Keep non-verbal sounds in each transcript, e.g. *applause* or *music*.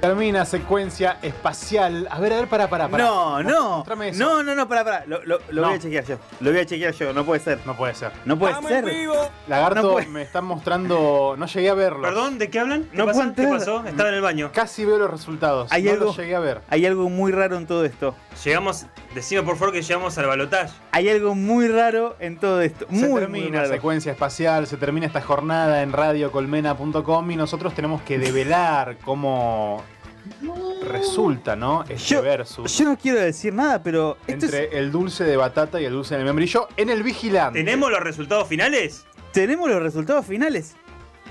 Termina secuencia espacial. A ver, a ver, para, para, para. No, no. Ah, Mostrame eso. No, no, no, pará, pará. Lo, lo- lo No. voy a chequear yo. Lo voy a chequear yo. No puede ser. No puede ser. No puede Estamos ser. en vivo. Lagarto, No puede- me están mostrando. No llegué a verlo. Perdón, ¿de qué hablan? ¿Qué, No pasó? puedo ¿Qué entrar. pasó? Estaba en el baño. Casi veo los resultados. Hay no algo- los llegué a ver. Hay algo muy raro en todo esto. Llegamos, decime por favor que llegamos al balotaje. Hay algo muy raro en todo esto. se muy, muy termina raro. secuencia espacial, se termina esta jornada en radiocolmena.com y nosotros tenemos que develar cómo resulta, ¿no? Este Yo- versus Yo no quiero decir nada, pero esto entre es- el dulce de batata y el dulce de membrillo en el vigilante. ¿Tenemos los resultados finales? tenemos los resultados finales.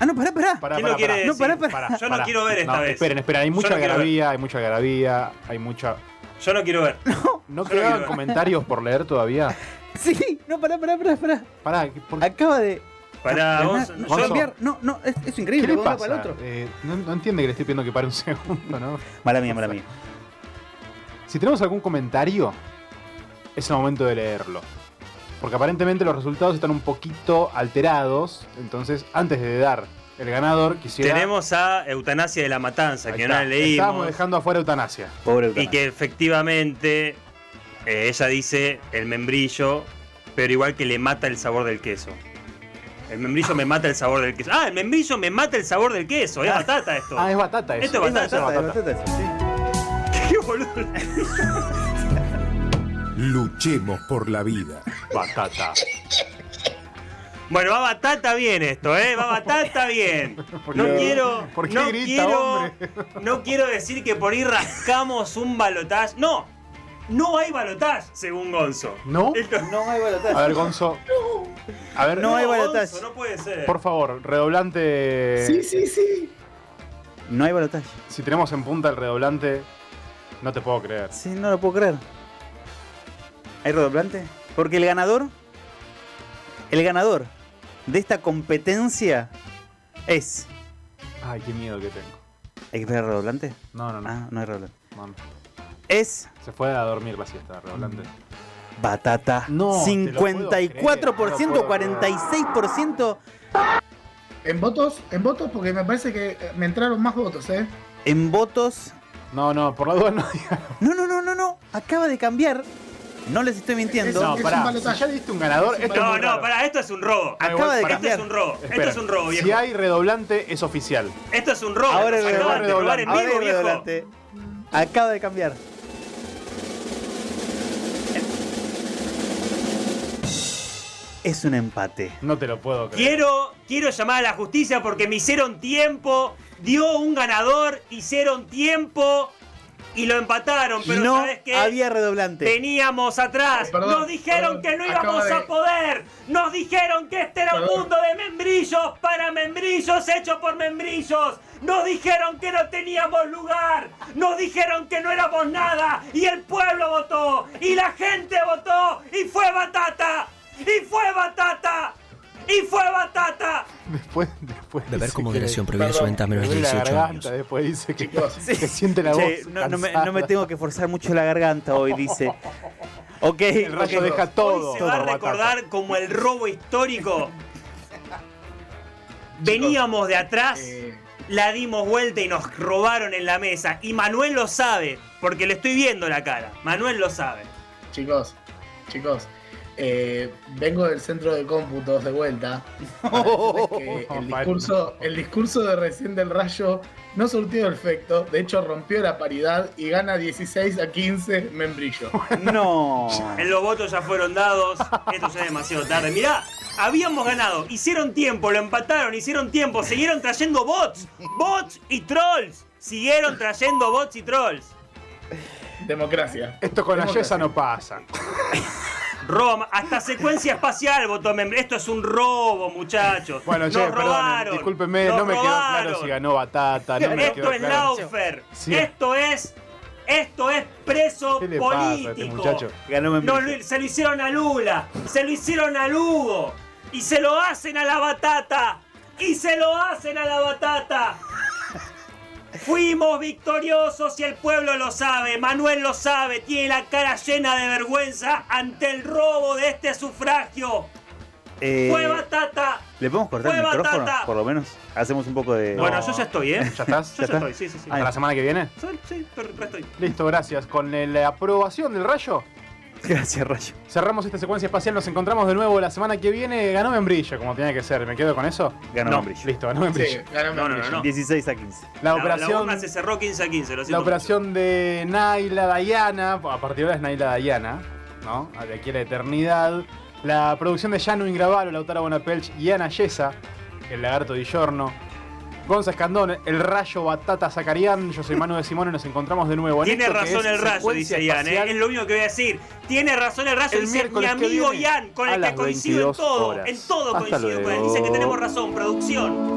Ah, no, pará, pará. Pará, ¿Quién pará, lo quiere pará. No, decir? pará, pará. Pará, Yo no pará. quiero ver esta No, vez. Esperen, esperen, hay Yo mucha no quiero garabía, hay mucha garabía, hay mucha. Yo no quiero ver. ¿No Yo no quiero quedaban ver. comentarios por leer todavía? *laughs* Sí, no, pará, pará, pará, pará. Pará, ¿por qué? Acaba de Para de vos, na- yo- Gonzo. cambiar. No, no, es, es ¿Qué increíble. le va uno para el pasa? otro. Eh, no, no entiende que le estoy pidiendo que pare un *laughs* segundo, ¿no? Mala mía, mala mía. Si tenemos algún comentario, es el momento de leerlo. Porque aparentemente los resultados están un poquito alterados. Entonces, antes de dar el ganador, quisiera. tenemos a Eutanasia de la Matanza, Ahí que está. no la leímos. Estábamos dejando afuera eutanasia. Pobre Y Eutanasia. que efectivamente eh, ella dice el membrillo, pero igual que le mata el sabor del queso. El membrillo me mata el sabor del queso. Ah, el membrillo me mata el sabor del queso. Es batata esto. Ah, es batata eso. Esto es batata, batata. *laughs* Qué boludo. Luchemos por la vida. Batata. Bueno, va batata bien esto, ¿eh? *laughs* Va batata bien. ¿Por No qué- quiero. por qué no grita, quiero, hombre? No quiero decir que por ahí rascamos un balotaje. No, no hay balotaje, según Gonzo. ¿No? Esto- No hay A balotaje. ver, Gonzo. A ver, No hay Gonzo, balotaje. No puede ser. por favor, redoblante. Sí, sí, sí. No hay balotaje. Si tenemos en punta el redoblante, no te puedo creer. Sí, no lo puedo creer. ¿Hay redoblante? Porque el ganador. El ganador de esta competencia es. Ay, qué miedo que tengo. ¿Hay que pegar redoblante? No, no, no. Ah, no hay redoblante. no, no. Es Se fue a dormir la siesta, redoblante. Batata. No, te lo puedo 54%, creer, no lo puedo creer. 46% En votos, en votos, porque me parece que eh, me entraron más votos, ¿eh? en votos. No, no, por la duda no digas. No, no, no, no, no. Acaba de cambiar. No les estoy mintiendo. No, es un pará. balotaje. Si ya diste un ganador, Es un esto es No, muy no, raro. pará, esto es un robo. Ah, Acaba igual, de pará. Esto cambiar. es un robo. Esperen. Esto es un robo, viejo. Si hay redoblante, es oficial. Esto es un robo. Ahora Nos el acaban de redoblante. robar en Ahora vivo, hay viejo. redoblante. Acaba de cambiar. Es un empate. No te lo puedo creer. Quiero, quiero llamar a la justicia porque me hicieron tiempo, dio un ganador, hicieron tiempo y lo empataron. Pero no ¿sabes qué? había redoblante. Veníamos atrás. Este- Perdón, Nos dijeron perdón, que no acaba íbamos de- a poder. Nos dijeron que este era un Perdón. mundo de membrillos para membrillos hecho por membrillos. Nos dijeron que no teníamos lugar. Nos dijeron que no éramos nada. Y el pueblo votó. Y la gente votó. Y fue batata. Y fue batata. Y fue batata. *laughs* Después, después Beber dice con que- moderación, prohibida Perdón. su venta a que menores de duele la 18 garganta, años. Después dice que, Chicos. que siente la voz. Che, no, no me, no me cansada. tengo que forzar mucho la garganta *laughs* hoy, dice. Ok. El rayo ok. deja todo. Hoy se va a Todo, recordar como el robo *laughs* histórico. Veníamos de atrás, Eh, la dimos vuelta y nos robaron en la mesa. Y Manuel lo sabe, porque le estoy viendo la cara. Manuel lo sabe. chicos, chicos. eh, vengo del centro de cómputos de vuelta. para Oh, *laughs* decirles que el, discurso, el discurso de recién del rayo no surtió efecto. De hecho, rompió la paridad y gana 16 a 15 membrillo. *laughs* No. En los votos ya fueron dados. Esto ya es demasiado tarde. Mirá, habíamos ganado. Hicieron tiempo, lo empataron, hicieron tiempo. Siguieron trayendo bots. Bots y trolls. Siguieron trayendo bots y trolls. Democracia. Esto con la Democracia. yesa no pasa. Roma, hasta secuencia espacial votó Membre. Esto es un robo, muchachos. Bueno, Nos che, perdón, robaron. discúlpeme, Nos no me quedó claro robaron. si ganó batata, no me quedó Esto es claro. Laufer. Sí. Esto es. Esto es preso ¿Qué le pasa a este político. muchacho? Ganó No, Membrillo. lo- se lo hicieron a Lula, se lo hicieron a Lugo y se lo hacen a la batata y se lo hacen a la batata. Fuimos victoriosos y el pueblo lo sabe, Manuel lo sabe, tiene la cara llena de vergüenza ante el robo de este sufragio. Eh, Fue batata, ¿Le podemos cortar el ¡Fue micrófono? batata! Por lo menos. Hacemos un poco de. No. Bueno, yo ya *laughs* estoy, ¿eh? ¿Ya estás? Yo ya, está? estoy, sí, sí, sí. ¿Para la semana que viene? Soy- Sí, pero ya estoy. Listo, gracias. Con el- la aprobación del rayo, *laughs* Gracias, Rayo. cerramos esta secuencia espacial. Nos encontramos de nuevo la semana que viene. Ganó Membrillo, como tenía que ser. ¿Me quedo con eso? Ganó No, Membrillo. Listo, ganó Sí, Membrillo. ganame No, no, el brillo. no, no. 16 a 15. La La- La operación. urna se cerró 15 a 15, lo siento La operación de Naila Dayana, a partir de ahora es Naila Dayana, ¿no? De aquí a la eternidad. La producción de Janu Ingravalo, Lautaro Bonapelch y Ana Yesa, El Lagarto Di Giorno. Gonza Escandón, El Rayo Batata Zacarián, yo soy Manu de Simón y nos encontramos de nuevo en Tiene esto que razón es el rayo, Secuencia dice Ian, ¿eh? Espacial. es lo único que voy a decir. Tiene razón el rayo, El dice mi miércoles que amigo viene, Ian, con a el las que coincido en 22 todo, horas. en todo Hasta coincido con él. luego. Dice que tenemos razón, producción.